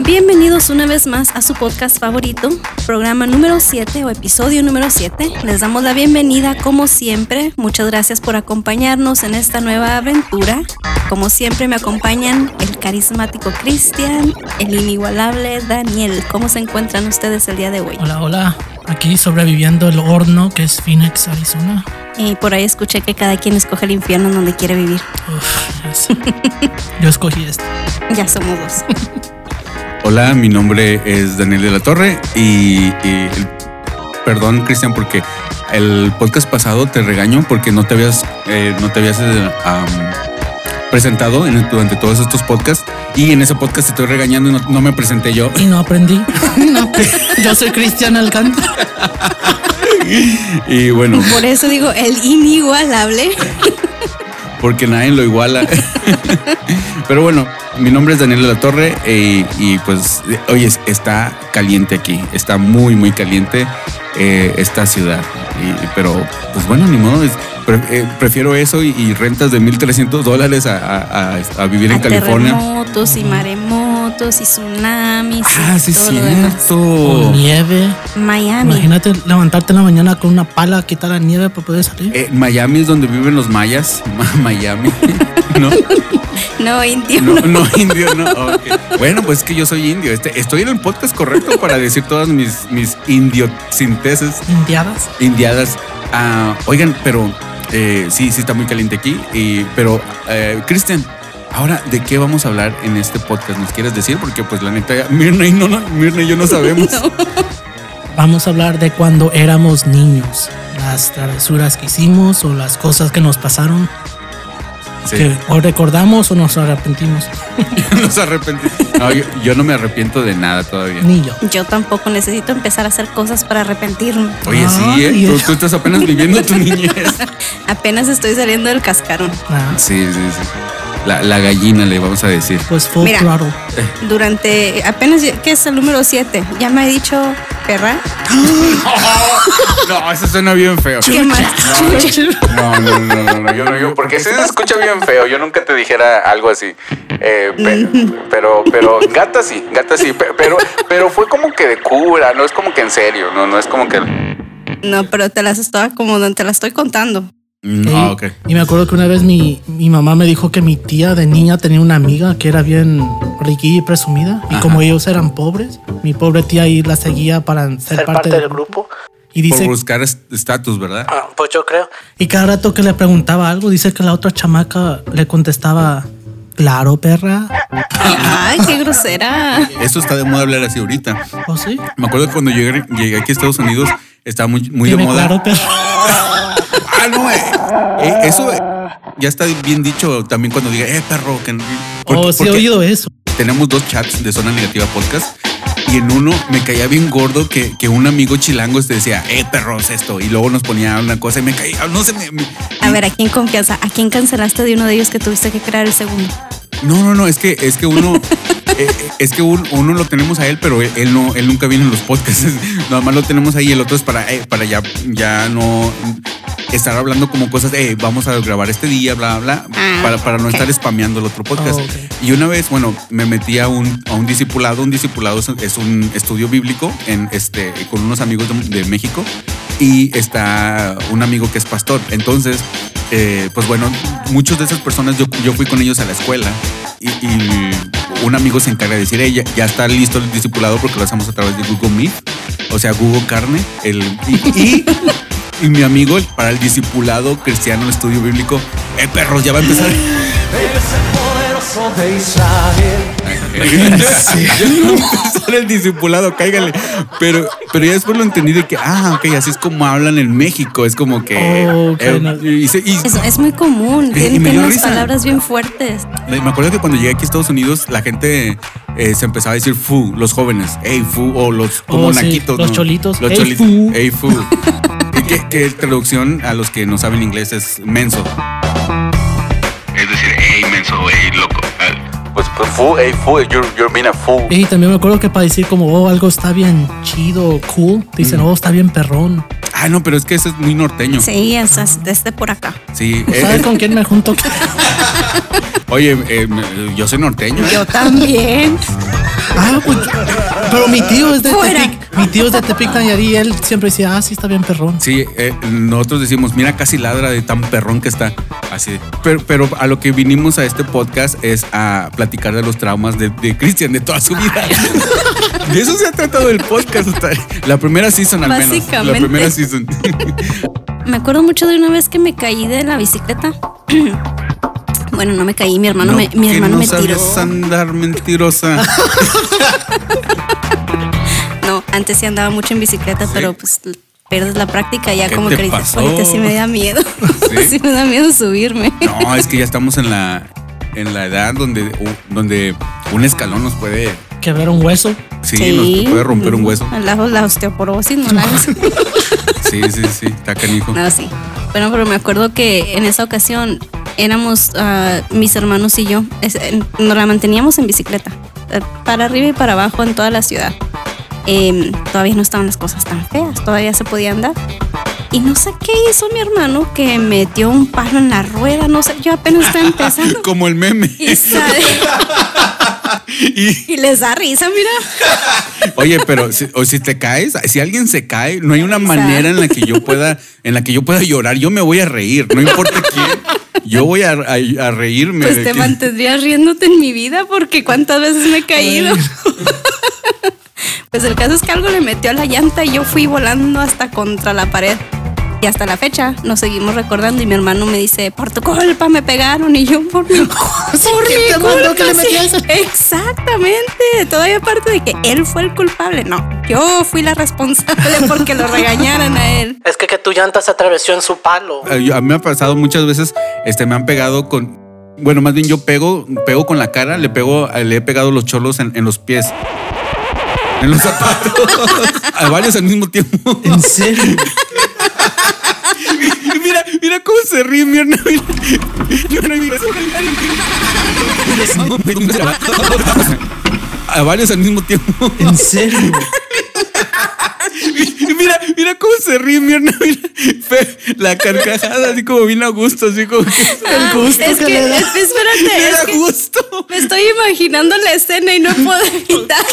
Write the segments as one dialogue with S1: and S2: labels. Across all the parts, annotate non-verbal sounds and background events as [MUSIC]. S1: Bienvenidos una vez más a su podcast favorito, programa número 7 o episodio número 7. Les damos la bienvenida como siempre. Muchas gracias por acompañarnos en esta nueva aventura. Como siempre me acompañan el carismático Cristian, el inigualable Daniel. ¿Cómo se encuentran ustedes el día de hoy?
S2: Hola, hola. Aquí sobreviviendo el horno que es Phoenix, Arizona.
S1: Y por ahí escuché que cada quien escoge el infierno donde quiere vivir.
S2: Uf, ya
S3: [LAUGHS]
S2: sé. Yo escogí este.
S1: Ya somos dos.
S3: Hola, mi nombre es Daniel de la Torre y, y- perdón Cristian porque el podcast pasado te regaño porque no te habías, eh, no te habías eh, am, presentado en- durante todos estos podcasts y en ese podcast te estoy regañando y no, no me presenté yo. [LAUGHS]
S2: Y no aprendí. [LAUGHS] No. Yo soy Cristian Alcántara.
S3: Y bueno,
S1: Por eso digo el inigualable.
S3: porque nadie lo iguala. [LAUGHS] Pero bueno, mi nombre es Daniel de la Torre eh, y, pues, eh, oye, es- está caliente aquí, está muy, muy caliente eh, esta ciudad. Y- pero, pues bueno, ni modo, es- pre- eh, prefiero eso y, y rentas de 1.300 dólares a, a- a- a vivir en
S1: A
S3: California.
S1: Terremotos y maremotos y tsunamis.
S3: Ah,
S1: y
S3: sí,
S1: todo lo demás. Oh,
S3: cierto.
S2: Con nieve.
S1: Miami.
S2: Imagínate levantarte en la mañana con una pala, quitar la nieve para poder salir.
S3: Eh, Miami es donde viven los mayas. [LAUGHS] Ma- Miami. ¿No?
S1: No, indio.
S3: No, no, indio, no. ok. Bueno, pues es que yo soy indio. Este, estoy en el podcast correcto para decir todas mis, mis indiosinteses,
S2: Indiadas.
S3: indiadas. Ah, oigan, pero eh, sí, sí está muy caliente aquí. Y, pero, eh, Cristian, ahora, ¿de qué vamos a hablar en este podcast? ¿Nos quieres decir? Porque, pues, la neta, Mirna y, no, no- Mirna y yo no [LAUGHS] sabemos.
S2: Vamos a hablar de cuando éramos niños. Las travesuras que hicimos o las cosas que nos pasaron.
S3: Sí, [LAUGHS]
S2: Que o recordamos o nos arrepentimos.
S3: nos arrepentimos. No, yo, yo no me arrepiento de nada todavía.
S2: Ni yo.
S1: Yo tampoco necesito empezar a hacer cosas para arrepentirme.
S3: Oye, sí, ¿eh?
S2: Ay,
S3: Tú,
S2: eso.
S3: tú estás apenas viviendo [LAUGHS] tu niñez.
S1: Apenas estoy saliendo del cascarón.
S2: Ah,
S3: Sí, sí, sí. La, la gallina, le vamos a decir.
S2: pues full
S1: Mira.
S2: throttle.
S1: Durante apenas, que es el número 7, ya me ha dicho perra.
S3: No, eso suena bien feo.
S1: ¿Qué más?
S3: [LAUGHS] No, no, no, no, no, yo no, yo, porque sí se escucha bien feo. Yo nunca te dijera algo así. Eh, pe- pero, pero, gata sí, gata sí, pe- pero, pero fue como que de cura, no es como que en serio, no, no es como que.
S1: No, pero te las estaba como te las estoy contando.
S3: Ah, ok.
S2: Y me acuerdo que una vez mi, mi mamá me dijo que mi tía de niña tenía una amiga que era bien riquilla y presumida. Y
S3: Ajá.
S2: como ellos eran pobres, mi pobre tía ahí la seguía para ser,
S4: ser parte del
S2: grupo.
S4: grupo.
S2: Y dice,
S3: Por buscar es- estatus, ¿verdad?
S4: Ah, pues yo creo.
S2: y cada rato que le preguntaba algo, dice que la otra chamaca le contestaba, claro, perra.
S1: Ay, qué grosera.
S3: Eso está de moda hablar así ahorita.
S2: ¿O sí?
S3: Me acuerdo que cuando llegué, llegué aquí a Estados Unidos, estaba muy, muy de
S2: Dime,
S3: moda.
S2: claro,
S3: [LAUGHS]
S2: perra.
S3: Ah, no, eh, eh, eso eh, ya está bien dicho también cuando diga, eh, perro, que no- porque-
S2: Oh, sí he
S3: porque-
S2: oído eso.
S3: tenemos dos chats de Zona Negativa Podcast. Y en uno me caía bien gordo que, que un amigo chilango te decía, eh, perros, esto. Y luego nos ponía una cosa y me caía, no sé, me- me-
S1: A ver, aquí en confianza, ¿a quién cancelaste de uno de ellos que tuviste que crear el segundo?
S3: no, no, no, es que, es
S1: [LAUGHS]
S3: que uno, eh, eh, es que un- uno lo tenemos a él, pero él, él no, él nunca viene en los podcasts. [LAUGHS] Nada más lo tenemos ahí, el otro es para, eh, para ya, ya no estar hablando como cosas, eh, vamos a grabar este día, bla, bla, bla,
S1: Ah,
S3: para, para no
S1: ok.
S3: estar spameando el otro podcast.
S2: Oh, ok.
S3: Y una vez, bueno, me metí a un, a un discipulado. Un discipulado es- es un estudio bíblico en este, con unos amigos de, de México y está un amigo que es pastor. Entonces, eh, pues bueno, muchas de esas personas yo, yo fui con ellos a la escuela y, y un amigo se encarga de decir, "Ey, ya, ya está listo el discipulado porque lo hacemos a través de Google Meet, o sea, Google Carne. El, y- y y mi amigo, el- para el discipulado cristiano estudio bíblico, eh, perros, ya va
S2: [LAUGHS]
S3: a empezar. Ya- ya va a empezar el discipulado, cáigale. Pero, pero ya después lo entendí de que, ah, ok, así es como hablan en México. Es como que.
S2: Oh, ok,
S3: eh,
S2: no.
S3: y se- y-
S1: Es, es muy común,
S3: Y- y
S1: tienen
S3: me
S1: tienen
S3: dio
S1: unas
S3: risa.
S1: palabras bien fuertes.
S3: me acuerdo que cuando llegué aquí a Estados Unidos, la gente eh, se empezaba a decir fu, los jóvenes, ey fu, o los como
S2: Oh, sí,
S3: naquitos,
S2: los
S3: ¿no?
S2: cholitos,
S3: los
S2: "Ey,
S3: cholitos,
S2: fu". [LAUGHS]
S3: ey fu. Y que, que traducción a los que no saben inglés es menso.
S5: Es decir, ey, menso, ey, loco. Pues, pues fool, ey, fool, you're, you're being a fool.
S2: Y también me acuerdo que para decir como, oh, algo está bien chido, cool, dicen, oh, está bien perrón.
S3: Ah, no, pero es que eso es muy norteño. Sí.
S1: Sí, es, es desde por acá.
S3: eh,
S2: ¿Sabes
S3: eh,
S2: con quién me
S3: [LAUGHS]
S2: junto?
S3: oye, eh, me- yo soy norteño.
S1: Yo también.
S2: Ah, pues, pero mi tío es de
S1: Fuera.
S2: Tepic. Mi tío es de Tepic Nayarit. y Él siempre decía, ah, sí, está bien perrón.
S3: Sí, eh, nosotros decimos, mira casi ladra de tan perrón que está así. de- Pero, pero a lo que vinimos a este podcast es a platicar de los traumas de, de Cristian de toda su vida.
S1: [LAUGHS]
S3: De eso se ha tratado el podcast. hasta- La primera season al menos. La
S1: Básicamente.
S3: primera season.
S1: Me acuerdo mucho de una vez que me caí de la bicicleta. [CLEARS THROAT] bueno, no me caí, mi hermano me, mi
S3: que
S1: hermano
S3: no
S1: me tiró.
S3: sabes andar mentirosa.
S1: [LAUGHS] No, antes sí andaba mucho en bicicleta, pero pues l- pierdes la práctica ya
S3: ¿Qué
S1: como
S3: te
S1: que dices,
S3: pasó?
S1: ahorita sí me da
S3: [LAUGHS]
S1: miedo. [LAUGHS]
S3: ¿Sí?
S1: ¿Sí? me da miedo subirme.
S3: No, es que ya estamos en la, en la edad donde, donde un escalón nos puede...
S2: Quebrar un hueso.
S3: Sí, nos puede romper un hueso.
S1: La, la osteoporosis,
S3: [LAUGHS]
S1: no la
S3: Sí, sí, sí, está canijo.
S1: No, sí. Bueno, pero me acuerdo que en esa ocasión éramos ah, mis hermanos y yo. es- en- nos la manteníamos en bicicleta, eh, para arriba y para abajo en toda la ciudad. Em, todavía no estaban las cosas tan feas, todavía se podía andar. Y no sé qué hizo mi hermano que metió un palo en la rueda, no sé, yo apenas estaba
S3: [LAUGHS]
S1: empezando.
S3: Como el meme.
S1: Y, sale- y les da risa, mira.
S3: Oye, pero si, o si te caes, si alguien se cae, no hay una manera en la que yo pueda, en la que yo pueda llorar. Yo me voy a reír, no importa quién. Yo voy a, a- a reírme.
S1: Pues
S3: de
S1: te
S3: que-
S1: mantendrías riéndote en mi vida porque cuántas veces me he caído. [LAUGHS] pues el caso es que algo le metió a la llanta y yo fui volando hasta contra la pared. Y hasta la fecha nos seguimos recordando y mi hermano me dice, por tu culpa me pegaron y yo por mi, [LAUGHS] por
S2: ¿Quién
S1: mi
S2: te mandó
S1: culpa.
S2: que le
S1: sí".
S2: metieras el-
S1: Exactamente. Todavía aparte de que él fue el culpable, no, yo fui la responsable porque lo regañaran a él.
S4: Es que, que tu llanta se atravesó en su palo.
S3: A yo- a mí me ha pasado muchas veces, este, me han pegado con, bueno, más bien yo pego, pego con la cara, le pego, le he pegado los cholos en, en los pies, en los zapatos, [LAUGHS] a varios al mismo tiempo.
S2: En serio.
S3: Y [LAUGHS] Mira, mira cómo se ríe, mi hermano. [LAUGHS] Mira. Yo no vi eso. A varios al mismo tiempo.
S2: En serio.
S3: Y Mira, mira cómo se ríe, mi hermano. Mira. Fe- La carcajada, así como bien a gusto, así como.
S1: Ah, es que, es que espérate,
S3: Bien
S1: [LAUGHS] es
S3: a
S1: que-
S3: gusto.
S1: Me estoy imaginando la escena y no
S3: [LAUGHS]
S1: puedo evitar.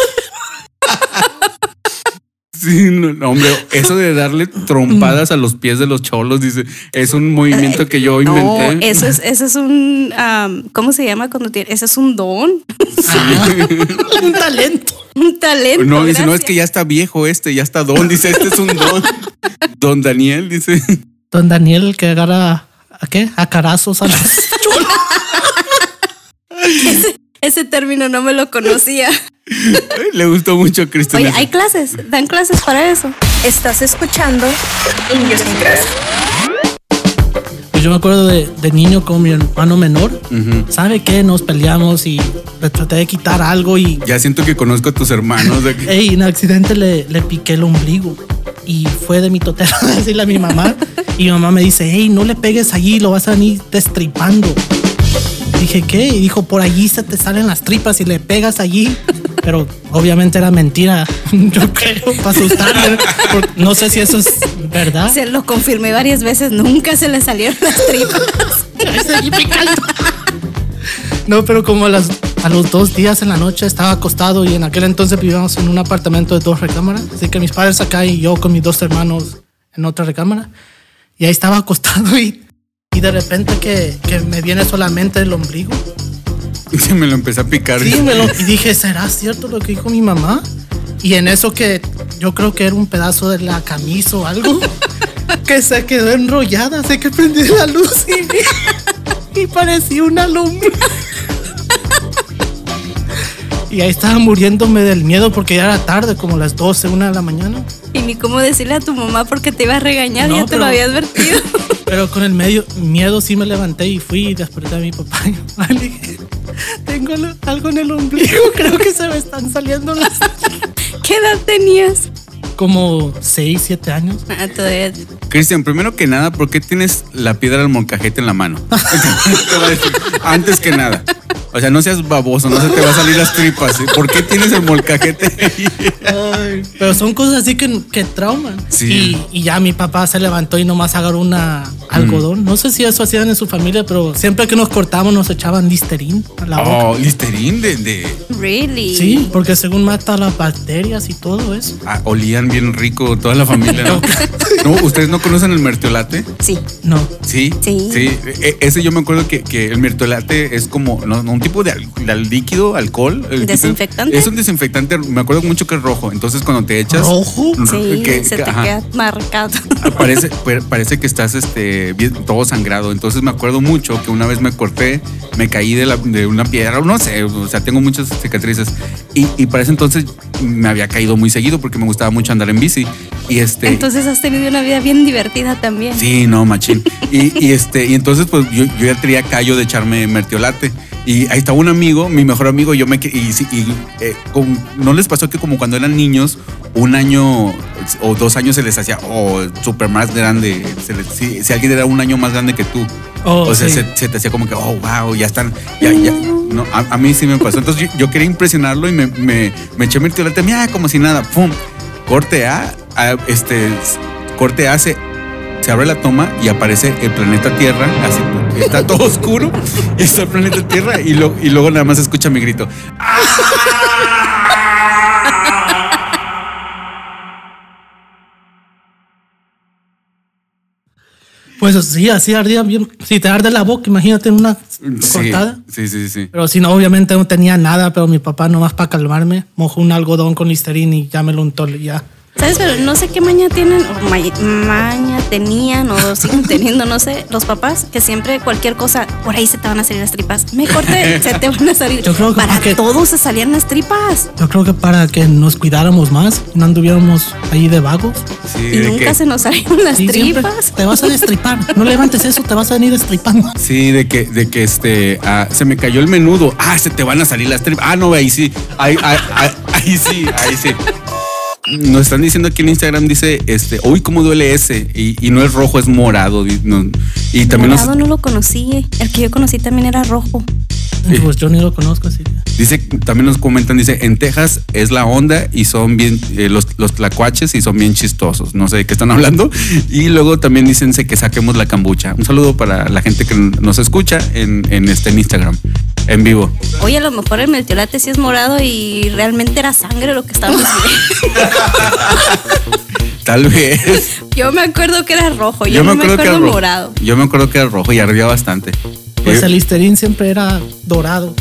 S3: Sí, no, no, hombre, eso de darle trompadas a los pies de los cholos, dice, es un movimiento que yo
S1: No,
S3: inventé.
S1: eso es, eso es un, am, ¿cómo se llama cuando tiene? Eso es un don,
S2: [LAUGHS]
S1: [LAUGHS]
S2: Un talento.
S1: un talento.
S3: No, dice, no, es
S1: gracias.
S3: que ya está viejo este, ya está don. Dice, este es un
S1: [LAUGHS]
S3: don. Don Daniel, dice.
S2: Don Daniel que agarra a qué? A carazos a los chulos.
S1: Ese término no me lo conocía.
S3: [LAUGHS] Le gustó mucho a Cristian.
S1: [LAUGHS] Oye, hay clases, dan clases para eso.
S6: Estás escuchando Indios sin Casa.
S2: Pues yo me acuerdo de, de niño con mi hermano menor. ¿Sabe qué? Nos peleamos y le traté de quitar algo y
S3: Ya siento que conozco a tus hermanos. de
S2: [LAUGHS]
S3: que-
S2: Ey, en accidente le, le piqué el ombligo y fue de mi [LAUGHS] totera a decirle a mi mamá. Y mi mamá me dice, hey, no le pegues allí, lo vas a venir destripando. Dije, ¿qué? Y dijo, por allí se te salen las tripas y le pegas allí. Pero obviamente era mentira, [LAUGHS] yo creo, para asustarme. Porque No sé si eso es verdad.
S1: Se lo confirmé varias veces, nunca se le salieron las tripas.
S2: No, pero como a, las- a los dos días en la noche estaba acostado y en aquel entonces vivíamos en un apartamento de dos recámaras. Así que mis padres acá y yo con mis dos hermanos en otra recámara. Y ahí estaba acostado y, y de repente que, que me viene solamente el ombligo.
S3: [LAUGHS] que me lo empecé a picar.
S2: Sí, me lo, y dije, ¿será cierto lo que dijo mi mamá? Y en eso que yo creo que era un pedazo de la camisa o algo que se quedó enrollada, así que prendí la luz y, vi- y parecía una lumbre. Y ahí estaba muriéndome del miedo porque ya era tarde, como las 12, 1 de la mañana.
S1: Y ni cómo decirle a tu mamá porque te iba a regañar,
S2: No,
S1: ya te
S2: pero-
S1: lo había advertido.
S2: Pero con el medio miedo sí me levanté y fui y desperté a mi papá. y mamá. Le dije, tengo lo- algo en el ombligo, creo que se me están saliendo las...
S1: ¿Qué edad tenías?
S2: Como 6, 7 años.
S1: Ah, todavía.
S3: Cristian, primero que
S2: [LAUGHS]
S3: nada, [LAUGHS] ¿por qué tienes la piedra del molcajete en la mano? Te voy a decir, Antes que nada. O sea, no seas baboso, no se te va a salir las tripas. ¿eh? ¿Por qué tienes el molcajete ahí?
S2: Ay, pero son cosas así que, que trauman.
S3: Sí.
S2: Y, y ya mi papá se levantó y nomás agarró una algodón.
S3: Mm.
S2: No sé si eso hacían en su familia, pero siempre que nos cortábamos nos echaban listerín a la boca.
S3: Oh, listerín de. de-
S1: Really.
S2: Sí, porque según mata las bacterias y todo eso.
S3: ah, olían bien rico toda la
S2: [LAUGHS]
S3: familia. ¿no? No, ¿Ustedes no conocen el mertiolate?
S1: Sí.
S2: No.
S3: Sí,
S1: Sí.
S3: E- ese yo me acuerdo que, que el mertiolate es como no, no, un tipo de, al- de al- líquido, alcohol. el tipo-
S1: Desinfectante.
S3: es un desinfectante, me acuerdo mucho que es rojo. Entonces cuando te echas.
S2: ¿Rojo?
S1: Sí,
S3: que-
S1: se
S3: que-
S1: te
S3: ajá.
S1: queda marcado.
S3: [LAUGHS] Parece, pa- parece que estás este, bien- todo sangrado. Entonces me acuerdo mucho que una vez me corté, me caí de, la- de una piedra, no sé, o sea, tengo muchas cicatrices. Y, y para ese entonces me había caído muy seguido porque me gustaba mucho andar en bici. Y este.
S1: Entonces has tenido una vida bien divertida también.
S3: Sí, no, machín. Y, y este, y entonces, pues yo, yo ya tenía callo de echarme mertiolate. Y ahí estaba un amigo, mi mejor amigo, y yo me que- y, sí, y, eh, con- no les pasó que como cuando eran niños, un año o dos años se les hacía o súper más grande. se les- si, si alguien era un año más grande que tú.
S2: Oh,
S3: o sea,
S2: sí.
S3: se, se te hacía como que, oh, wow, ya están, ya, ya. No, a, a mí sí me pasó. Entonces yo, yo quería impresionarlo y me, me, me eché mertiolate, mira, como si nada, pum. Corte A, a- este, corte A se, se abre la toma y aparece el planeta Tierra, así está
S2: [LAUGHS]
S3: todo oscuro, y está el planeta Tierra y, lo- y luego nada más escucha mi grito.
S2: Pues sí, así ardía bien. Si te arde la boca, imagínate una
S3: Sí,
S2: cortada.
S3: sí, sí, sí.
S2: Pero si no, obviamente no tenía nada, pero mi papá nomás para calmarme mojó un algodón con listerín y ya me lo untó y ya.
S1: ¿Sabes? Pero no sé qué maña tienen, o ma- maña tenían, o
S3: [LAUGHS]
S1: siguen teniendo, no sé, los papás, que siempre cualquier cosa, por ahí se te van a salir las tripas. Me
S3: [LAUGHS]
S1: corté, se te van a salir.
S2: Yo creo que
S1: Para
S2: porque-
S1: todos se salían las tripas.
S2: Yo creo que para que nos cuidáramos más, no anduviéramos ahí de vagos.
S3: Sí,
S1: Y
S3: de
S1: nunca
S3: que-
S1: se nos salieron las
S2: Sí, siempre
S1: tripas.
S2: te vas a destripar. No levantes eso, te vas a venir destripando.
S3: Sí, de que, de que este, ah, se me cayó el menudo. Ah, se te van a salir las tripas. Ah, no, ahí sí. Ahí, ahí, ahí- ahí sí, ahí sí. Nos están diciendo aquí en Instagram, dice, este, uy, cómo duele ese. Y, y no es rojo, es morado. di- no. Y también nos,
S1: Morado no lo conocí. eh. El que yo conocí también era rojo.
S3: Sí.
S2: Pues yo ni lo conozco así.
S3: Dice, también nos comentan, dice, en Texas es la onda y son bien, eh, los, los tlacuaches y son bien chistosos. No sé de qué están hablando. Y luego también dicen que saquemos la cambucha. Un saludo para la gente que nos escucha en, en este en Instagram, en vivo.
S1: Oye, a lo mejor el meteorate sí es morado y realmente era sangre lo que
S3: [LAUGHS]
S1: estábamos viendo.
S3: Tal vez.
S1: Yo me acuerdo que era rojo, yo, no me acuerdo,
S3: rojo.
S1: morado.
S3: Yo me acuerdo que era rojo y ardía bastante.
S2: Pues
S3: Oye,
S2: el listerín siempre era dorado.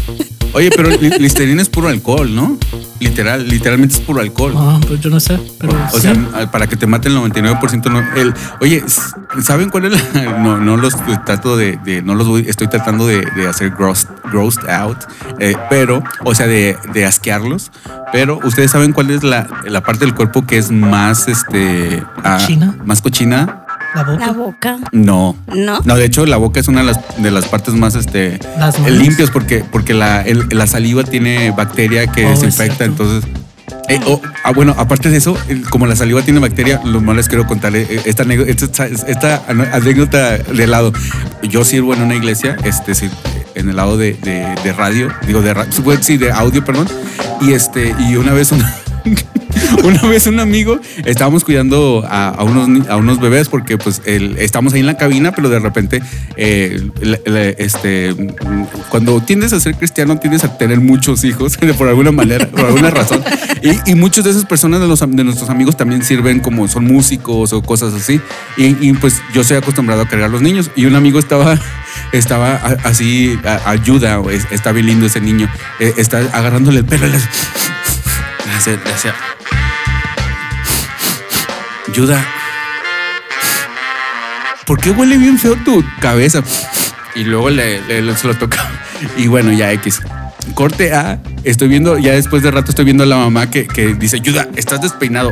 S3: oye, pero li- Listerine es puro alcohol, ¿no? Literal, literalmente es puro alcohol.
S2: Ah, pues yo no sé, pero
S3: O
S2: sí.
S3: sea, al- para que te maten el 99% no- el- oye, s- ¿saben cuál es la? [LAUGHS] No, no los eh, trato de, de- no los voy, estoy tratando de, de hacer gross, grossed out, eh, pero, o sea, de, de asquearlos, pero ustedes saben cuál es la, la parte del cuerpo que es más, este, ah,
S2: Cochina.
S3: más cochina.
S2: la boca.
S1: La boca.
S3: No.
S1: ¿No?
S3: No, de hecho la boca es una de las, de las partes más este
S2: Las manos.
S3: limpias porque, porque la, el- la saliva tiene bacteria que
S2: Oh, es
S3: desinfecta,
S2: cierto.
S3: entonces... eh, oh, ah, bueno, aparte de eso, el- como la saliva tiene bacteria, lo más les quiero contar eh, esta, anécdota- esta, esta anécdota de lado. Yo sirvo en una iglesia, este, sí, en el lado de, de- de radio, digo, de, ra- sí, de audio, perdón, y, este, y una vez una, [LAUGHS] una vez un amigo estábamos cuidando a, a unos, ni- a unos bebés porque pues el, estábamos ahí en la cabina, pero de repente eh, la- la- este, mm, cuando tiendes a ser cristiano tiendes a tener muchos hijos [LAUGHS] por alguna manera, por alguna razón. Y, y muchas de esas personas de, los, am- de nuestros amigos también sirven como son músicos o cosas así. Y, y, pues yo soy acostumbrado a cargar los niños y un amigo estaba... [LAUGHS] Estaba a- así, a- ayuda, o es- está bien lindo ese niño. eh, Está agarrándole el pelo. y le hace- le hace- le hace- Ayuda. ¿Por qué huele bien feo tu cabeza? Y luego le, le- le- se lo toca. Y bueno, ya X. Corte A. Estoy viendo, ya después de rato estoy viendo a la mamá que, que dice, ayuda, estás despeinado.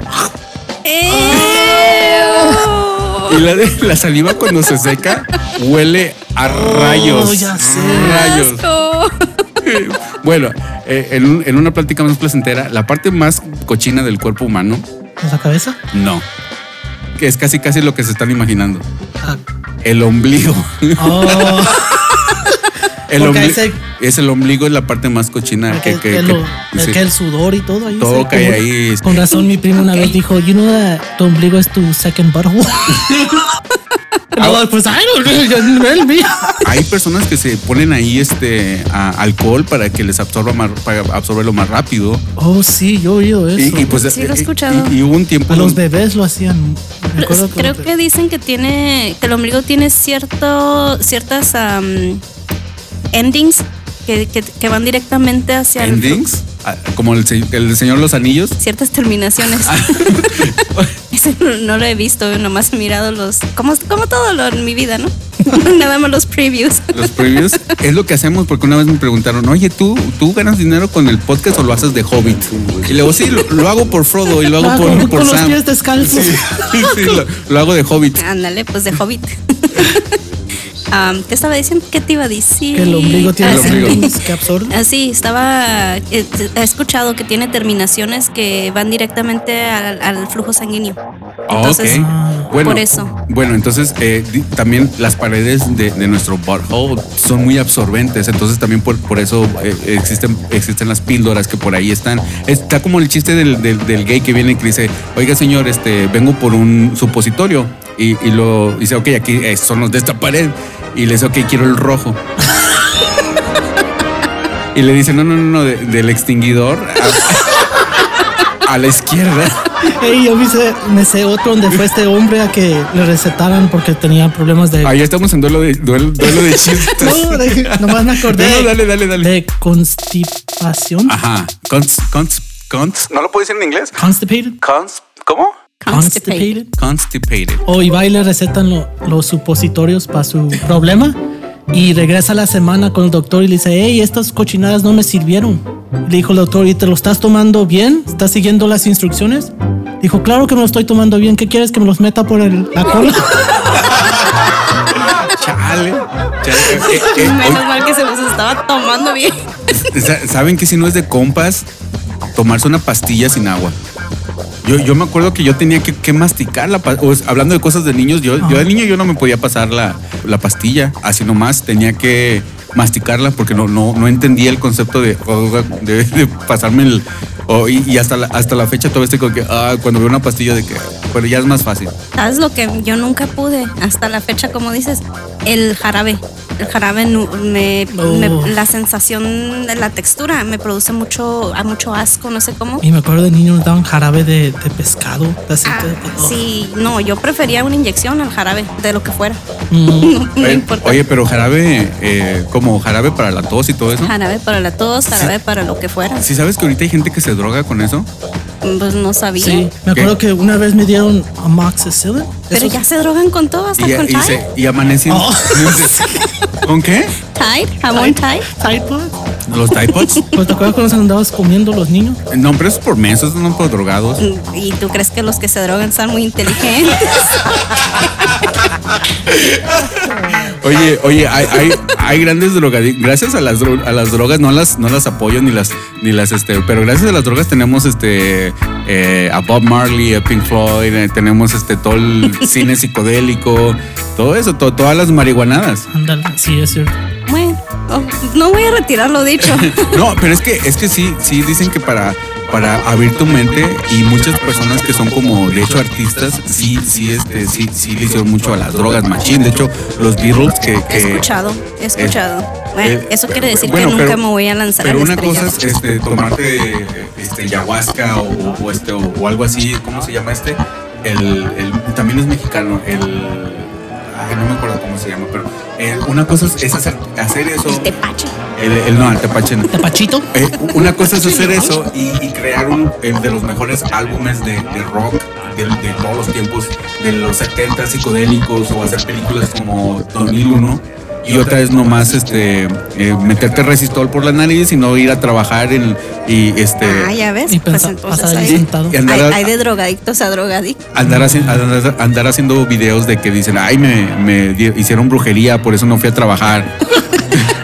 S3: Y la, de- la saliva cuando se seca huele a rayos.
S2: Oh, ya sé.
S3: Rayos. Bueno, eh, en, un- en una plática más placentera, la parte más cochina del cuerpo humano,
S2: ¿En pues la cabeza?
S3: no. Que es casi casi lo que se están imaginando.
S2: Ah.
S3: [LAUGHS] El ombligo.
S2: Oh,
S3: El
S2: porque ahí
S3: ombligo.
S2: se
S3: Es el ombligo, es la parte más cochina.
S2: Porque
S3: Que, que-
S2: el,
S3: que-
S2: el-
S3: sí.
S2: que el sudor y todo ahí.
S3: Todo
S2: se
S3: cae
S2: acumula.
S3: ahí, este.
S2: Con razón, mi primo una vez dijo, you know that tu ombligo es tu second
S3: [LAUGHS]
S2: butthole. [LAUGHS] No, pues, ay, no, yo no el mío.
S3: Hay personas que se ponen ahí este a- alcohol para que les absorba más, para absorberlo más rápido.
S2: Oh, sí, yo he oído eso.
S3: Y, y pues,
S1: Sí, lo he
S3: eh,
S1: escuchado.
S3: Y, y hubo un tiempo
S2: A los
S3: donde-
S2: bebés lo hacían. Me acuerdo
S1: Creo que dicen que tiene, que el ombligo tiene cierto, ciertas am, endings que, que- que van directamente hacia el-
S3: endings, ah, como el, se- el señor Los Anillos.
S1: ciertas terminaciones.
S3: Ah.
S1: [LAUGHS] Ese no- no lo he visto, nomás he mirado los, como, como todo lo en mi vida, ¿no? [LAUGHS] Nada más los previews.
S3: Los previos es lo que hacemos porque una vez me preguntaron, oye, ¿tú, ¿tú ganas dinero con el podcast o lo haces de hobbit? Y luego, sí, lo, lo hago por Frodo y lo hago
S2: Ah,
S3: por,
S2: con,
S3: por
S2: con los
S3: Sam.
S2: pies descalzos.
S3: Sí, [LAUGHS] sí, lo, lo hago de hobbit.
S1: Ándale, pues de
S3: [LAUGHS]
S1: hobbit. [LAUGHS] Am, te estaba diciendo qué te iba a decir.
S2: Que el ombligo tiene
S1: Ah,
S3: El
S1: sí.
S3: ombligo.
S2: endings que absorben.
S1: Ah, sí, estaba. eh, He escuchado que tiene terminaciones que van directamente al, al flujo sanguíneo.
S3: Ah,
S1: Entonces,
S3: ok. Bueno,
S1: por eso.
S3: Bueno, entonces eh, di- también las paredes de, de nuestro butthole son muy absorbentes, entonces también por, por eso eh, existen, existen las píldoras que por ahí están. Está como el chiste del, del- del gay que viene y que dice, oiga señor, este, vengo por un supositorio y, y lo y dice, ok, aquí eh, son los de esta pared y le dice, ok, quiero el rojo. [LAUGHS] Y le dice, no, no, no, no, de- del extinguidor a- a la izquierda.
S2: Ey, yo me sé, me sé otro donde fue este hombre a que le recetaran porque tenía problemas de.
S3: Ahí estamos en duelo de, duelo, duelo de chistes.
S2: [LAUGHS] No, de- nomás me acordé.
S3: No, no, dale, dale, dale. Ah.
S2: De constipación.
S3: Ajá. Cons, cons, cons,
S5: ¿No lo puedo decir en inglés?
S2: Constipated.
S5: Cons, ¿Cómo?
S1: Constipated.
S2: Constipated.
S3: constipated.
S2: O Ibai le recetan lo- los supositorios para su problema y regresa la semana con el doctor y le dice, hey, estas cochinadas no me sirvieron. Le dijo el doctor, ¿y te lo estás tomando bien? ¿Estás siguiendo las instrucciones? Dijo, claro que me lo estoy tomando bien. ¿Qué quieres que me los meta por el-
S1: [LAUGHS]
S2: la cola?
S3: Chale. Chale. Eh,
S1: [LAUGHS]
S3: eh,
S1: Menos mal que se los estaba tomando bien.
S3: eh, sa- ¿Saben que si no es de compas tomarse una pastilla sin agua? Yo, yo me acuerdo que yo tenía que, que masticar la pa- o sea, Hablando de cosas de niños, yo, yo de niño yo no me podía pasar la, la pastilla. Así nomás tenía que masticarla porque no, no, no entendía el concepto de, de, de pasarme el... o- y, y hasta la, hasta la fecha todavía estoy como que, ah, cuando veo una pastilla de que... Pero ya es más fácil.
S1: ¿Sabes lo que yo nunca pude hasta la fecha, como dices? El jarabe. El jarabe nu- me,
S2: Oh.
S1: me- la sensación de la textura me produce mucho, a mucho asco, no sé cómo.
S2: Y me acuerdo de niño nos daban jarabe de, de pescado. de aceite
S1: Ah,
S2: de pescado.
S1: sí, no, yo prefería una inyección al jarabe, de lo que fuera. [LAUGHS]
S2: Mm.
S1: No, [LAUGHS] no
S3: Oye,
S1: importa.
S3: Oye, pero jarabe, eh, como jarabe para la tos y todo eso.
S1: Jarabe para la tos, jarabe para lo que fuera.
S3: Si sabes que ahorita hay gente que se droga con eso,
S1: Pues no sabía.
S2: Sí, me acuerdo que una vez me dieron amoxicillin.
S1: Pero
S2: Eso-
S1: ya se drogan con todo, hasta
S3: y,
S1: con
S3: y,
S1: Tide.
S3: se- y amanecen.
S2: Oh.
S3: [LAUGHS] ¿Con qué?
S1: Tide, jabón Tide.
S2: Tide Pod.
S3: ¿Los Tide Pods?
S2: Pues, ¿Te acuerdas cuando se andabas comiendo los niños?
S3: No, pero eso es por mensos, no por drogados.
S1: ¿Y tú crees que los que se drogan son muy inteligentes?
S3: [LAUGHS] Oye, oye, hay, hay, hay grandes drogadictos. Gracias a las, dro- a las drogas, no las, no las apoyo ni las, ni las, este, pero gracias a las drogas tenemos este eh, a Bob Marley, a Pink Floyd, eh, tenemos este todo el cine psicodélico, todo eso, to- todas las marihuanadas.
S2: Ándale, sí, es cierto.
S1: Bueno, oh, no voy a retirar lo dicho.
S3: No, pero es que es que sí, sí dicen que para para abrir tu mente y muchas personas que son como de hecho artistas, sí, sí, este, sí, sí le hicieron mucho a las drogas, machín. De hecho, los Beatles [LAUGHS] que,
S1: He
S3: que-
S1: escuchado, he escuchado. bueno,
S3: eh,
S1: eso quiere decir
S3: bueno,
S1: que nunca
S3: pero-
S1: me voy a lanzar
S3: Pero
S1: al
S3: una cosa
S1: estrellato.
S3: es este, tomarte este, ayahuasca o, o este, o, o algo así, ¿cómo se llama este? El, el- también es mexicano, el... ay, no me acuerdo cómo se llama, pero eh, una cosa es, es hacer, hacer eso...
S1: El tepache.
S3: El, el- no, el tepache no.
S2: ¿Tapachito?
S3: Eh, una cosa es hacer eso y, y crear un, el de los mejores álbumes de, de rock de, de todos los tiempos, de los 70 psicodélicos o hacer películas como 2001. Y otra es nomás este, eh, meterte resistol por la nariz y no ir a trabajar en, y este,
S1: Ah, ya ves.
S2: Y
S1: Pues
S2: pensa-
S1: entonces
S2: pasar ahí
S1: hay,
S2: sentado.
S3: y andar,
S1: hay-
S3: a-
S1: hay de drogadictos a drogadictos.
S3: andar, haci- andar- andar haciendo videos de que dicen, ay, me, me di- hicieron brujería, por eso no fui
S1: [LAUGHS]
S3: a trabajar.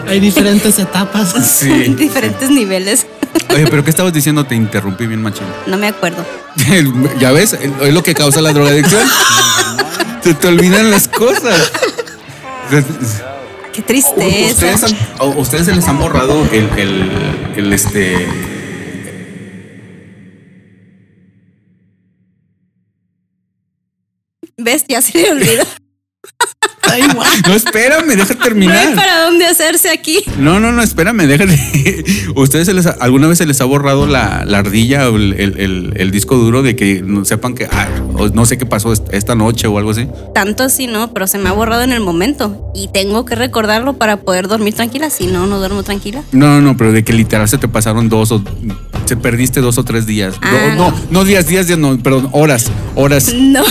S2: Hay diferentes etapas.
S1: En
S3: Sí.
S1: diferentes niveles.
S3: Oye, pero ¿qué estabas diciendo? Te interrumpí bien, machín.
S1: No me acuerdo.
S3: ya ves, es lo que causa la drogadicción. Se te olvidan las cosas.
S1: Qué tristeza.
S3: ¿Ustedes, han- a ustedes se les han borrado el, el, el, este.
S1: ¿Ves? Ya se le
S3: [LAUGHS]
S1: olvidó.
S2: Ay, guau.
S3: No, espérame,
S1: No
S3: deja
S1: hay
S3: terminar.
S1: para dónde hacerse aquí.
S3: No, no, no, espérame, déjate. ¿Ustedes se les ha- alguna vez se les ha borrado la, la ardilla o el, el- el- el disco duro de que no sepan que ah, o no sé qué pasó est- esta noche o algo así?
S1: Tanto así no, pero se me ha borrado en el momento. Y tengo que recordarlo para poder dormir tranquila. Si no, no duermo tranquila.
S3: No, no, no, pero de que literal se te pasaron dos o se perdiste dos o tres días.
S1: Ah,
S3: no, no, no días, días, días, no, perdón, horas, horas.
S1: No,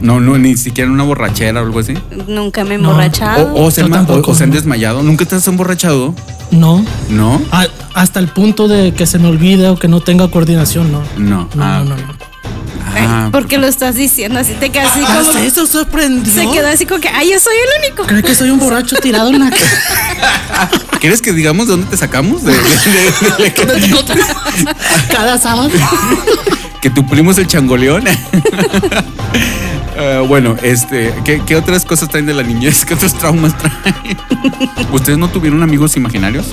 S3: No, no, ni siquiera una borrachera o algo así.
S1: nunca me he
S2: No. Oh,
S1: emborrachado.
S3: O, o se,
S2: Yo
S3: han ma- o-
S2: tampoco.
S3: o se han desmayado. ¿Nunca te has emborrachado?
S2: No.
S3: No,
S2: A- hasta el punto de que se me olvide o que no tenga coordinación, no.
S3: no.
S2: No,
S3: ah,
S2: no, no,
S3: ok.
S2: no.
S1: Ay,
S3: Ah,
S1: ¿Por qué Eh, lo estás diciendo? Así te quedas así
S2: Ah,
S1: como.
S2: se- se sorprendió.
S1: Se quedó así como que, ay, yo soy el único.
S2: ¿Cree que soy un borracho tirado en la
S3: ¿Quieres que digamos de dónde te sacamos? De- de- de- de- de-
S2: cada sábado?
S3: que tu primo es el changoleón. [LAUGHS] Eh, bueno, este, ¿qué, qué otras cosas traen de la niñez? ¿Qué otros traumas traen? [LAUGHS] ¿Ustedes no tuvieron amigos imaginarios?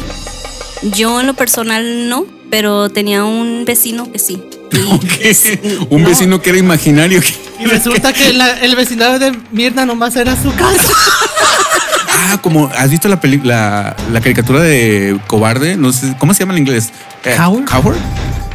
S1: Yo en lo personal no, pero tenía un vecino que
S2: [LAUGHS]
S1: sí.
S3: [LAUGHS] ¿O qué? Un
S1: No.
S3: vecino que era imaginario.
S2: Y resulta que la- el vecindario de Mirna nomás era su casa.
S3: Ah, como has visto la, peli- la, la caricatura de Cobarde, no sé, ¿cómo se llama en inglés? Eh,
S2: Coward?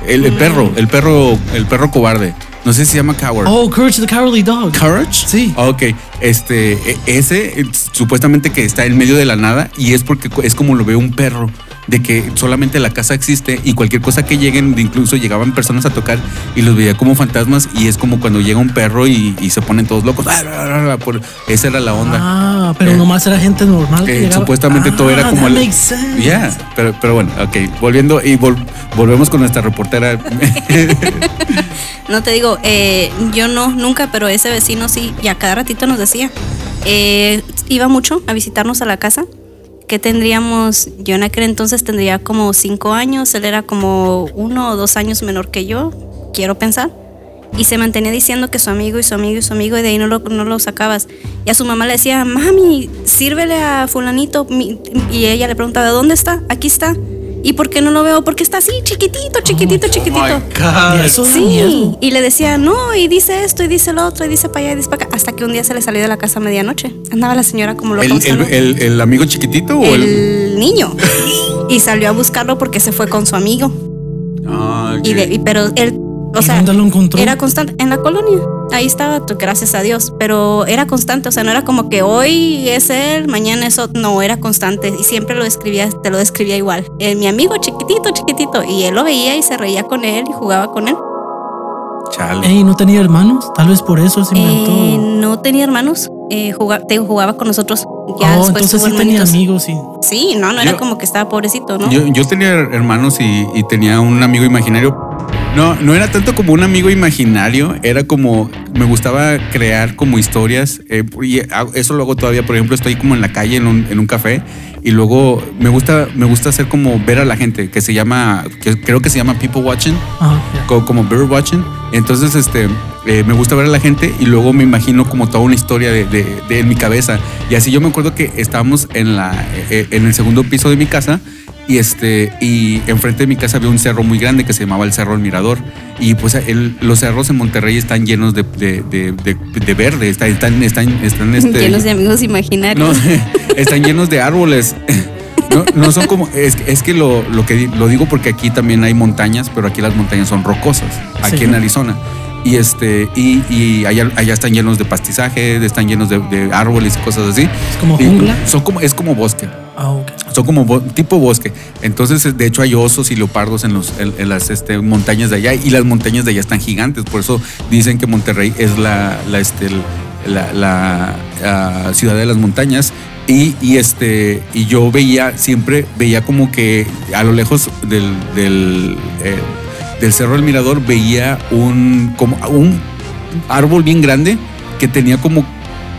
S3: El, el perro, el perro, el perro cobarde. No sé si se llama Coward.
S2: Oh, Courage the Cowardly Dog.
S3: Courage?
S2: Sí.
S3: Ok, este, e- ese eh, supuestamente que está en medio de la nada y es porque co- es como lo ve un perro, de que solamente la casa existe y cualquier cosa que lleguen, de incluso llegaban personas a tocar y los veía como fantasmas y es como cuando llega un perro y, y se ponen todos locos. Ah, ah, ah, ah, por- esa era la onda.
S2: Ah, pero
S3: Eh,
S2: nomás era gente normal. que
S3: Eh,
S2: llegaba.
S3: supuestamente todo era
S2: Ah,
S3: como
S2: that
S3: el-
S2: makes sense.
S3: Yeah, pero, pero bueno, ok, volviendo y vol- volvemos con
S1: [LAUGHS]
S3: nuestra reportera. [LAUGHS] Oh
S1: No te digo, eh, yo no, nunca, pero ese vecino sí, y a cada ratito nos decía. Eh, iba mucho a visitarnos a la casa, que tendríamos, yo en aquel entonces tendría como cinco años, él era como uno o dos años menor que yo, quiero pensar. Y se mantenía diciendo que su amigo y su amigo y su amigo, y de ahí no lo, no lo sacabas. Y a su mamá le decía, mami, sírvele a fulanito. mi- Y ella le preguntaba, ¿dónde está? Aquí está. ¿Y por qué no lo veo? Porque está así, chiquitito, chiquitito, chiquitito.
S3: Ah.
S2: Y
S3: Oh,
S2: eso da
S1: Sí,
S2: miedo.
S1: y le decía, no, y dice esto, y dice lo otro, y dice para allá, y dice para acá, hasta que un día se le salió de la casa a medianoche. Andaba la señora como lo
S3: ¿El, el- el- el amigo chiquitito o el...? [LAUGHS]
S1: niño. Y salió a buscarlo porque se fue con su amigo.
S3: Ah, ok.
S1: Y de- y- pero él, o
S2: ¿Y
S1: sea,
S2: dónde lo encontró?
S1: era constante en la colonia. Ahí estaba, tú, gracias a Dios, pero era constante, o sea, no era como que hoy es él, mañana es otro, no, era constante y siempre lo describía, te lo describía igual. Eh, mi amigo chiquitito, chiquitito, y él lo veía y se reía con él y jugaba con él.
S3: Chale.
S2: Ey, ¿no tenía hermanos? Tal vez por eso se inventó.
S1: Eh, no tenía hermanos. Eh, jugaba, te, digo, jugaba con nosotros. Ya
S2: oh,
S1: después
S2: entonces
S1: tuvo
S2: sí tenía
S1: hermanitos.
S2: amigos, sí.
S1: Sí, no, no era
S3: Yo-
S1: como que estaba pobrecito, ¿no? [LAUGHS]
S3: Yo, yo tenía hermanos y, y tenía un amigo imaginario. No, no era tanto como un amigo imaginario, era como me gustaba crear como historias eh, y hago- eso lo hago todavía. Por ejemplo, estoy como en la calle en un, en un café y luego me gusta me gusta hacer como ver a la gente que se llama que creo que se llama people watching
S2: Ajá, Ah, ya.
S3: co- como bird watching. Entonces, este, eh, me gusta ver a la gente y luego me imagino como toda una historia de, de- de- en mi cabeza. Y así yo me acuerdo que estábamos en la, eh, eh, en el segundo piso de mi casa y este, y enfrente de mi casa había un cerro muy grande que se llamaba el Cerro El Mirador. Y pues el- los cerros en Monterrey están llenos de, de- de- de- de verde, están, están, están, están,
S1: [LAUGHS]
S3: este,
S1: Llenos de amigos imaginarios.
S3: no, [LAUGHS] están llenos de árboles. [LAUGHS] No, no son como. Es, es que lo, lo que di- lo digo porque aquí también hay montañas, pero aquí las montañas son rocosas, aquí
S2: Sí.
S3: en Arizona. Y este, y, y allá, allá están llenos de pastizaje, están llenos de, de árboles y cosas así.
S2: Es como
S3: Y
S2: jungla.
S3: son como, es como bosque.
S2: Ah, ok.
S3: Son como bo- tipo bosque. Entonces, de hecho, hay osos y leopardos en, los, en, en las este, montañas de allá. Y las montañas de allá están gigantes. Por eso dicen que Monterrey es la, la, este, la, la, ah, ciudad de las montañas. Y, y, este, y yo veía, siempre veía como que a lo lejos del, del, eh, del Cerro del Mirador veía un, como un árbol bien grande que tenía como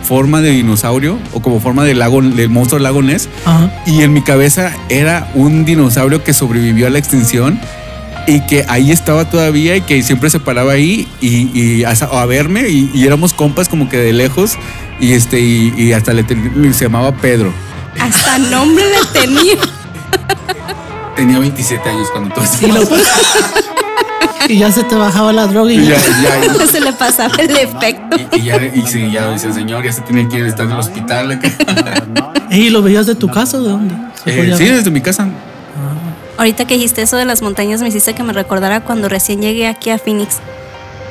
S3: forma de dinosaurio o como forma del lago, del monstruo del lago Ness
S2: Ajá.
S3: y en mi cabeza era un dinosaurio que sobrevivió a la extinción y que ahí estaba todavía y que siempre se paraba ahí y, y hasta- a verme y, y éramos compas como que de lejos y este y, y hasta le, ten- se llamaba Pedro.
S1: Hasta nombre le
S3: [LAUGHS]
S1: tenía.
S3: Tenía 27 años cuando todo esto
S2: Y, lo-
S3: pasó.
S2: [LAUGHS] y ya se te bajaba la droga y
S3: Y ya,
S2: ya.
S1: [LAUGHS]
S3: ya,
S1: Se le pasaba el efecto.
S3: y, y ya, y sí, ya dice, señor, ya se tiene que ir, está en el hospital. acá".
S2: Ey, lo veías de tu casa o de dónde? Se
S3: [LAUGHS] Eh,
S2: podía
S3: sí,
S2: ver. Ah,
S3: desde mi casa.
S1: Ahorita que dijiste eso de las montañas me hiciste que me recordara cuando recién llegué aquí a Phoenix.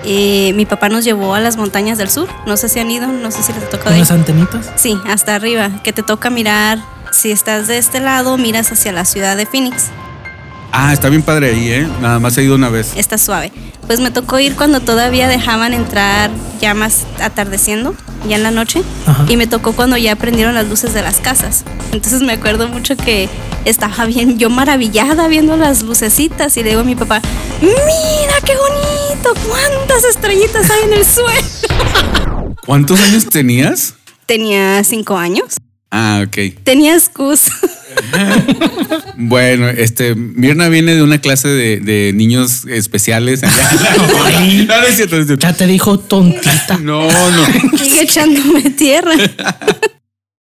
S1: Eh, mi papá nos llevó a las montañas del sur. No sé si han ido, no sé si les ha tocado
S2: Con
S1: ir.
S2: las antenitas.
S1: Sí, hasta arriba, que te toca mirar. Si estás de este lado, miras hacia la ciudad de Phoenix.
S3: Ah, está bien padre ahí, ¿eh? Nada más he ido una vez.
S1: Está suave. Pues me tocó ir cuando todavía dejaban entrar ya más atardeciendo, ya en la noche.
S2: Ajá.
S1: Y me tocó cuando ya prendieron las luces de las casas. Entonces me acuerdo mucho que estaba bien, yo maravillada viendo las lucecitas y le digo a mi papá, mira qué bonito, cuántas estrellitas hay en el suelo.
S3: ¿Cuántos años tenías?
S1: Tenía cinco años.
S3: Ah, ok.
S1: Tenía [LAUGHS] excusa.
S3: Bueno, este, Mirna viene de una clase de, de niños especiales. [LAUGHS] no, no es cierto, no es cierto.
S2: Ya te dijo tontita.
S3: No, no.
S1: Sigue echándome tierra.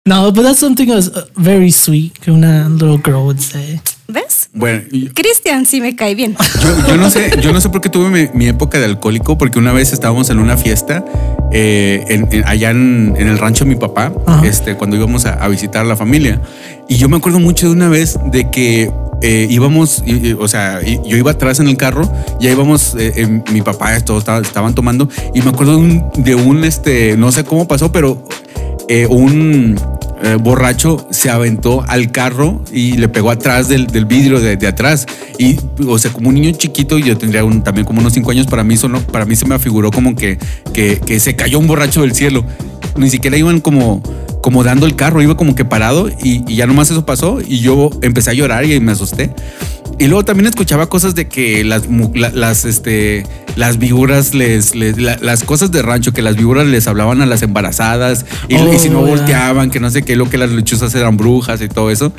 S2: No, but that's something that's uh, very sweet que una little girl would say.
S1: ¿Ves?
S3: Bueno, y-
S1: Cristian sí me cae bien.
S3: yo, yo no sé, yo no sé por qué tuve mi, mi época de alcohólico, porque una vez estábamos en una fiesta eh, en- en- allá en, en el rancho de mi papá,
S2: Ajá.
S3: este, cuando íbamos a, a visitar a la familia. Y yo me acuerdo mucho de una vez de que eh, íbamos, y- y, o sea, y- yo iba atrás en el carro, ya íbamos, eh, em, mi papá, todos estaba- estaban tomando, y me acuerdo de un, de un, este, no sé cómo pasó, pero eh, un eh, borracho se aventó al carro y le pegó atrás del, del vidrio de, de atrás. Y, o sea, como un niño chiquito, yo tendría un- también como unos cinco años, para mí, sonó- para mí se me afiguró como que, que, que se cayó un borracho del cielo. Ni siquiera iban como, como dando el carro, iba como que parado y, y ya nomás eso pasó y yo empecé a llorar y me asusté. Y luego también escuchaba cosas de que las, mu- la- las, este, las víboras les, les- la- las cosas de rancho, que las víboras les hablaban a las embarazadas y, y si no
S2: Oh, ya.
S3: volteaban, que no sé qué, lo que las lechuzas eran brujas y todo eso.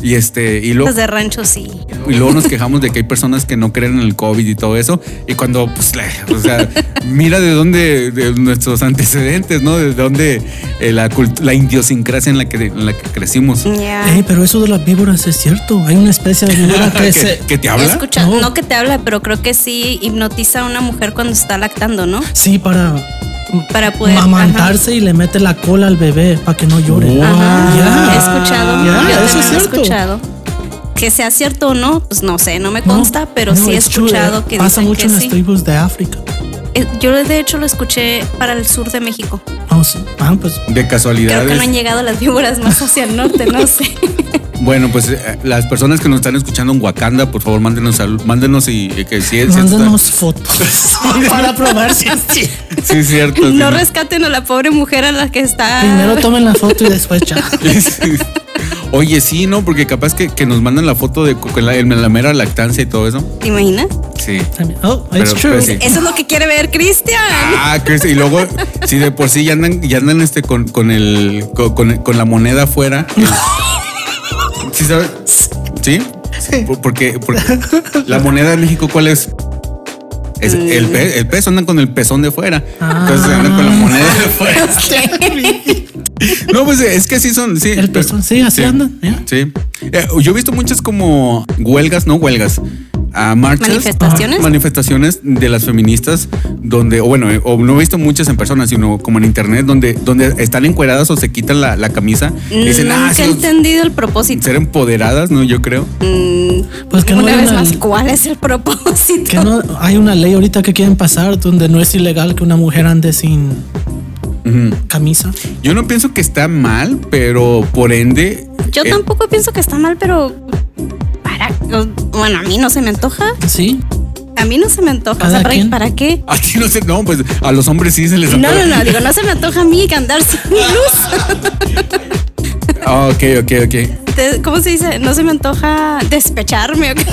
S3: Y este, y luego,
S1: Los de rancho sí.
S3: y luego nos quejamos de que hay personas que no creen en el COVID y todo eso. Y cuando, pues, le- o sea, mira de dónde, de nuestros antecedentes, ¿no? De dónde eh, la, cult- la idiosincrasia en la que, en la que crecimos.
S1: Ya.
S2: Ey, pero eso de las víboras es cierto. Hay una especie de víbora que [LAUGHS]
S3: ¿Que,
S2: se...
S3: que te
S1: He
S3: habla?
S1: escuchado-
S2: No.
S1: no que te habla, pero creo que sí hipnotiza a una mujer cuando está lactando, ¿no?
S2: Sí, para...
S1: Para poder-
S2: Mamantarse y le mete la cola al bebé para que no llore.
S3: Wow.
S1: Ajá.
S2: Ya.
S1: He escuchado.
S2: Ya,
S1: yo
S2: eso
S1: también
S2: es
S1: lo he
S2: cierto.
S1: escuchado. Que sea cierto o no, pues no sé, no me
S2: No,
S1: consta, pero
S2: no,
S1: sí he
S2: it's true.
S1: escuchado que
S2: Pasa
S1: dicen
S2: mucho
S1: que
S2: en las
S1: sí.
S2: tribus de África.
S1: Eh, Yo de hecho lo escuché para el sur de México.
S2: Ah, sí. Ah, pues...
S3: De
S1: Creo que
S3: casualidades.
S1: no han llegado las víboras más hacia el norte, no
S3: [LAUGHS]
S1: sé.
S3: Bueno, pues eh, las personas que nos están escuchando en Wakanda, por favor, mándenos sal- mándenos y eh, que si es, si es-
S2: Mándanos fotos [LAUGHS] para probar si es cierto.
S3: [LAUGHS] sí es cierto. sí,
S1: [LAUGHS] No rescaten a la pobre mujer a la que está.
S2: Primero tomen la foto y después
S3: [LAUGHS]
S2: ya.
S3: Sí. Oye, sí, ¿no? Porque capaz que, que nos mandan la foto de co- con la, en la mera lactancia y todo eso.
S1: ¿Te imaginas?
S3: Sí.
S2: Oh, it's
S3: Pero-
S2: true.
S3: pero sí.
S1: Eso es lo que quiere ver Cristian.
S3: Ah, que sí, y luego, si de por sí ya andan, ya andan este con, con el con, con- con la moneda afuera. ¿Sí sabes? ¿Sí? Por- Porque, porque la moneda de México, ¿cuál es? Es el, pe- el peso, andan con el pezón de fuera. Entonces andan con la moneda de fuera.
S1: No sé.
S3: No, pues es que así son,
S2: [LAUGHS]
S3: sí.
S2: El
S3: pero-
S2: pezón, sí, así andan, ya.
S3: Sí. Eh, yo he visto muchas como huelgas, no huelgas. ah, marchas,
S1: Manifestaciones.
S3: manifestaciones de las feministas donde, o bueno, eh, o no he visto muchas en persona, sino como en internet, donde, donde están encueradas o se quitan la, la camisa y dicen,
S1: Nunca
S3: ah, sí,
S1: he entendido el propósito.
S3: ser empoderadas, ¿no? Yo creo.
S2: Pues que no
S1: Una
S2: hay
S1: vez
S2: una-
S1: más, ¿cuál es el propósito?
S2: Que no hay una ley ahorita que quieren pasar donde no es ilegal que una mujer ande sin
S3: Ujú.
S2: camisa.
S3: Yo no pienso que está mal, pero por ende... [LAUGHS]
S1: Yo
S3: eh,
S1: tampoco pienso que está mal, pero para, bueno, a mí no se me antoja.
S2: Sí.
S1: A mí no se me antoja. O
S2: ¿Cada
S1: sea, ¿para,
S2: quien?
S1: ¿para qué?
S3: A ti no sé, no, pues a los hombres sí se les
S1: No, no,
S3: antoja.
S1: no, digo, no se me antoja a mí que andar
S2: [LAUGHS]
S1: sin luz.
S3: [LAUGHS] Ah, ok, ok, ok.
S1: Te- ¿Cómo se dice? No se me antoja despecharme. ¿o qué?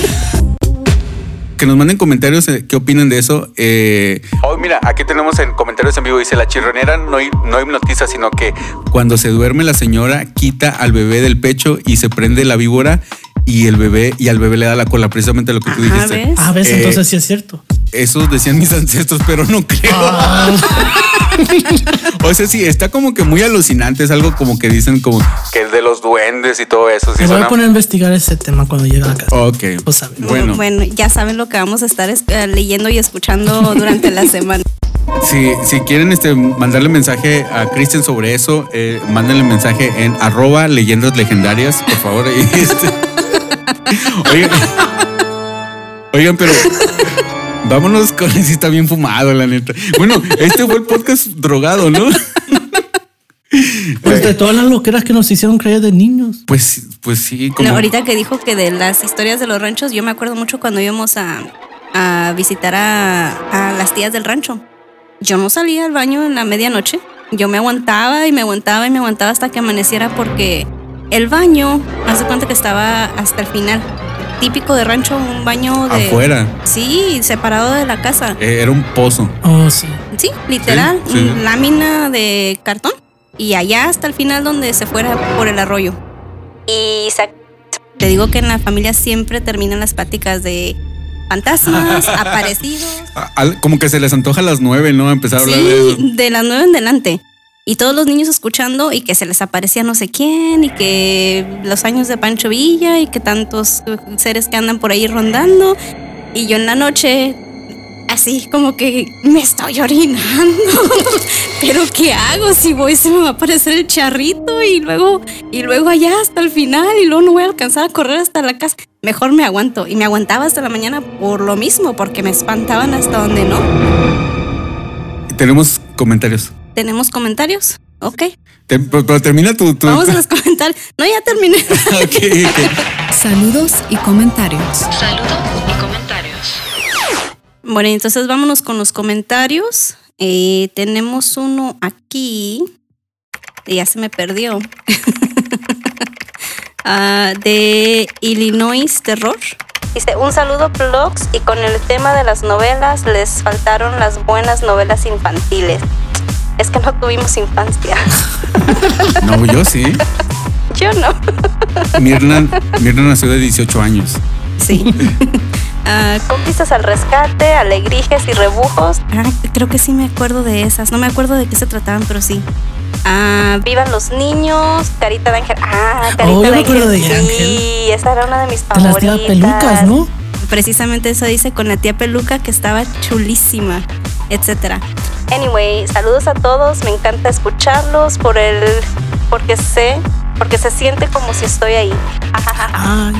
S3: Que nos manden comentarios eh, qué opinan de eso. Eh,
S5: Oh, mira, aquí tenemos en comentarios en vivo, dice, la chirronera no, hi- no hipnotiza, sino que
S3: Cuando se duerme la señora quita al bebé del pecho y se prende la víbora y el bebé, y al bebé le da la cola, precisamente lo que tú
S1: Ajá,
S3: dijiste.
S1: ¿ves?
S2: Ah, ves,
S3: Eh,
S2: entonces sí es cierto.
S3: Esos decían mis [LAUGHS] ancestros, pero no creo.
S2: Ah.
S3: [LAUGHS] o sea, sí, está como que muy alucinante. Es algo como que dicen como que el de los duendes y todo eso. sí
S2: Me voy
S3: suena-
S2: a poner a investigar ese tema cuando llegue a la casa.
S3: Ok.
S2: Pues, a ver.
S3: bueno,
S1: Bueno, ya saben lo que vamos a estar es- eh, leyendo y escuchando durante
S2: [LAUGHS]
S1: la semana.
S3: si, si quieren este, mandarle mensaje a Cristian sobre eso, eh, mándenle mensaje en arroba leyendas legendarias, por favor. y [LAUGHS] este- oigan, oigan, pero vámonos con si está bien fumado, la neta. Bueno, este fue el podcast drogado, ¿no?
S2: Pues de todas las loqueras que nos hicieron creer de niños.
S3: Pues, pues sí, como.
S1: No, ahorita que dijo que de las historias de los ranchos, yo me acuerdo mucho cuando íbamos a, a visitar a, a las tías del rancho. Yo no salía al baño en la medianoche. Yo me aguantaba y me aguantaba y me aguantaba hasta que amaneciera porque el baño, hace cuenta que estaba hasta el final. Típico de rancho, un baño de...
S3: Afuera.
S1: Sí, separado de la casa.
S3: eh, era un pozo.
S2: Oh, sí.
S1: Sí, literal,
S3: Sí, sí.
S1: mm, lámina de cartón y allá hasta el final donde se fuera por el arroyo. Y sa- te digo que en la familia siempre terminan las pláticas de
S3: [LAUGHS]
S1: fantasmas, aparecidos.
S3: A- al- como que se les antoja a las nueve, ¿no? Empezar a hablar de eso.
S1: Sí, de las nueve en delante. Y todos los niños escuchando y que se les aparecía no sé quién y que los años de Pancho Villa y que tantos eh, seres que andan por ahí rondando. Y yo en la noche, así como que me estoy [LAUGHS] orinando. Pero ¿qué hago si voy? Se me va a aparecer el charrito y luego, y luego allá hasta el final y luego no voy a alcanzar a correr hasta la casa. Mejor me aguanto. Y me aguantaba hasta la mañana por lo mismo, porque me espantaban hasta donde no.
S3: Tenemos comentarios.
S1: ¿Tenemos comentarios? Ok.
S3: Te- pero, pero termina tu. tu- [LAUGHS]
S1: Vamos a los comentarios. No, ya terminé. [LAUGHS]
S3: Ok, ok.
S7: Saludos y comentarios.
S1: bueno, entonces vámonos con los comentarios. Eh, tenemos uno aquí. Ya se me perdió. [LAUGHS] Ah, de Illinois Terror. Dice, un saludo blogs y con el tema de las novelas les faltaron las buenas novelas infantiles. Es que no tuvimos infancia. [LAUGHS]
S3: No, yo sí.
S1: Yo no.
S3: Mirna, Mirna nació de 18 años.
S1: Sí. [LAUGHS] Ah, Conquistas al rescate, alegrijes y rebujos. Ah, creo que sí me acuerdo de esas. No me acuerdo de qué se trataban, pero sí. Ah, Vivan los niños, Carita de Ángel. Ah, Carita
S2: Oh,
S1: de
S2: yo me
S1: Ángel.
S2: acuerdo de
S1: Sí, esa era una de mis
S2: De las
S1: favoritas.
S2: tías pelucas, ¿no?
S1: Precisamente eso dice con la tía peluca que estaba chulísima, etcétera. Anyway, saludos a todos, me encanta escucharlos por el porque sé, porque se siente como si estoy ahí.
S2: Ay,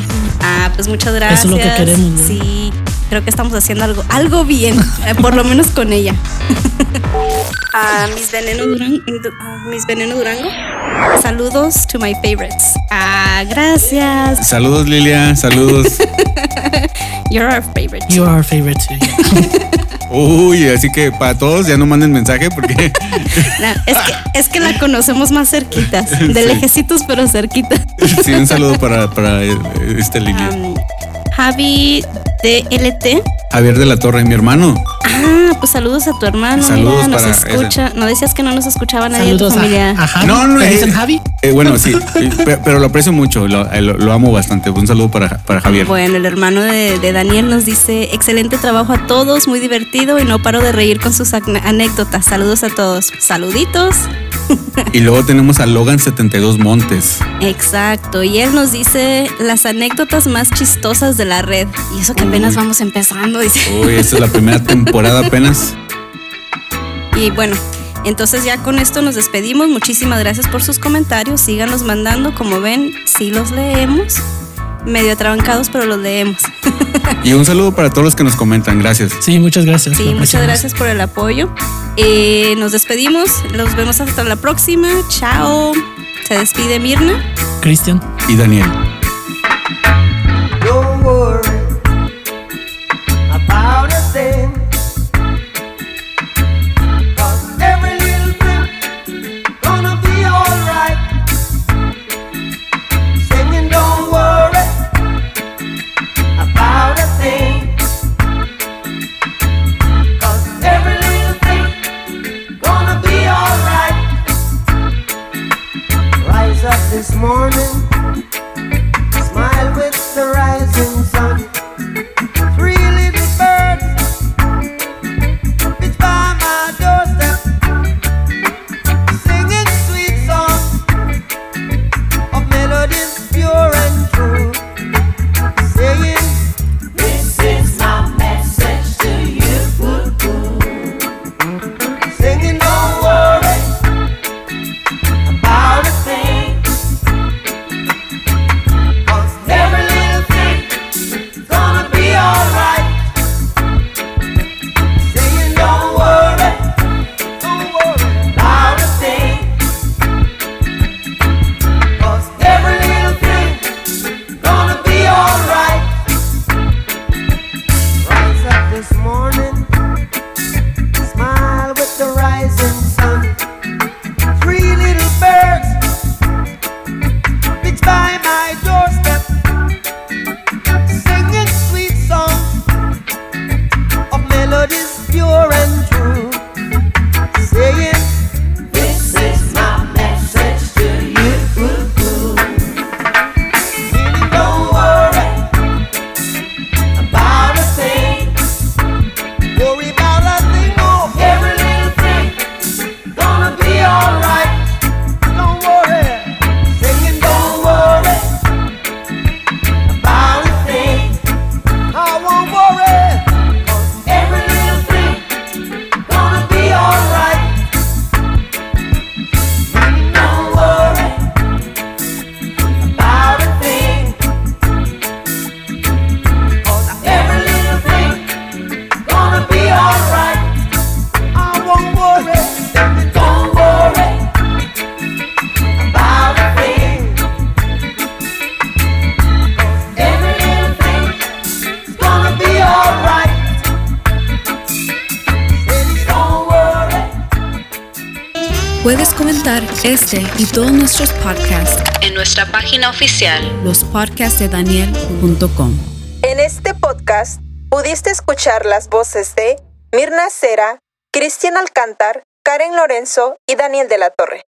S1: Ah, pues muchas gracias.
S2: Eso es lo que queremos, ¿no?
S1: Sí, creo que estamos haciendo algo, algo bien, eh, por lo menos con ella. [LAUGHS] Ah, mis veneno Durango, mis veneno Durango. Saludos to my favorites. Ah, gracias.
S3: Saludos, Lilia. Saludos.
S1: You're our favorite.
S2: you are our favorite too. yeah.
S3: Uy, así que para todos ya no manden mensaje porque [LAUGHS]
S1: La- es, que, es que la conocemos más
S3: [LAUGHS]
S1: cerquitas, de lejecitos pero cerquita.
S3: sí, un saludo para, para eh, este
S2: Ah.
S3: Lilia.
S1: Um, Javi de LT.
S3: Javier de la Torre, mi hermano.
S1: Ah, pues saludos a tu hermano.
S3: Saludos
S1: mira, nos
S3: para
S1: escucha. No decías que no nos escuchaba [LAUGHS] nadie de tu
S2: Saludos a,
S1: familia.
S2: a Javi.
S3: No, no,
S2: ¿Te
S3: eh,
S2: dicen Javi?
S3: Eh, bueno, sí, eh, pe- pero lo aprecio mucho, lo, eh, lo- lo amo bastante. Un saludo para, para Javier.
S1: Bueno, el hermano de, de Daniel nos dice, excelente trabajo a todos, muy divertido y no paro de reír con sus acna- anécdotas. Saludos a todos. Saluditos.
S3: Y luego tenemos a Logan 72 Montes.
S1: Exacto. Y él nos dice las anécdotas más chistosas de la red. Y eso que apenas
S3: Uy.
S1: vamos empezando, dice.
S3: Uy, esta es la primera temporada apenas.
S1: Y bueno. Entonces ya con esto nos despedimos. Muchísimas gracias por sus comentarios. Síganos mandando. Como ven, sí los leemos. Medio atrabancados, pero los leemos.
S3: Y un saludo para todos los que nos comentan. Gracias.
S2: Sí, muchas gracias.
S1: Sí,
S2: lo
S1: muchas
S2: apreciamos.
S1: gracias por el apoyo. Eh, nos despedimos, los vemos hasta la próxima. Chao. Se despide Mirna.
S2: Cristian.
S3: Y Daniel.
S8: Don't worry about a thing. 'Cause every little thing gonna be alright. Singing, don't worry about a thing. 'Cause every little thing gonna be alright. Rise up this morning this morning. Smile with the rising sun. Three little birds fixed by my doorstep, singing sweet songs of melodies pure and true, saying. This is my message to you. Really don't worry about a thing. Worry about a thing, oh. Every little thing gonna be alright. Don't worry. Singing, don't worry about a thing. I won't worry. 'cause every little thing gonna be alright. Don't worry about a thing. 'Cause every little thing gonna be alright. I won't worry. Don't worry about a thing. 'Cause every little thing's gonna be alright. Don't worry.
S7: Puedes comentar este y todos nuestros podcasts en nuestra página oficial lospodcastdedaniel.com.
S6: En este podcast pudiste escuchar las voces de Mirna Cera, Cristian Alcántar, Karen Lorenzo y Daniel de la Torre.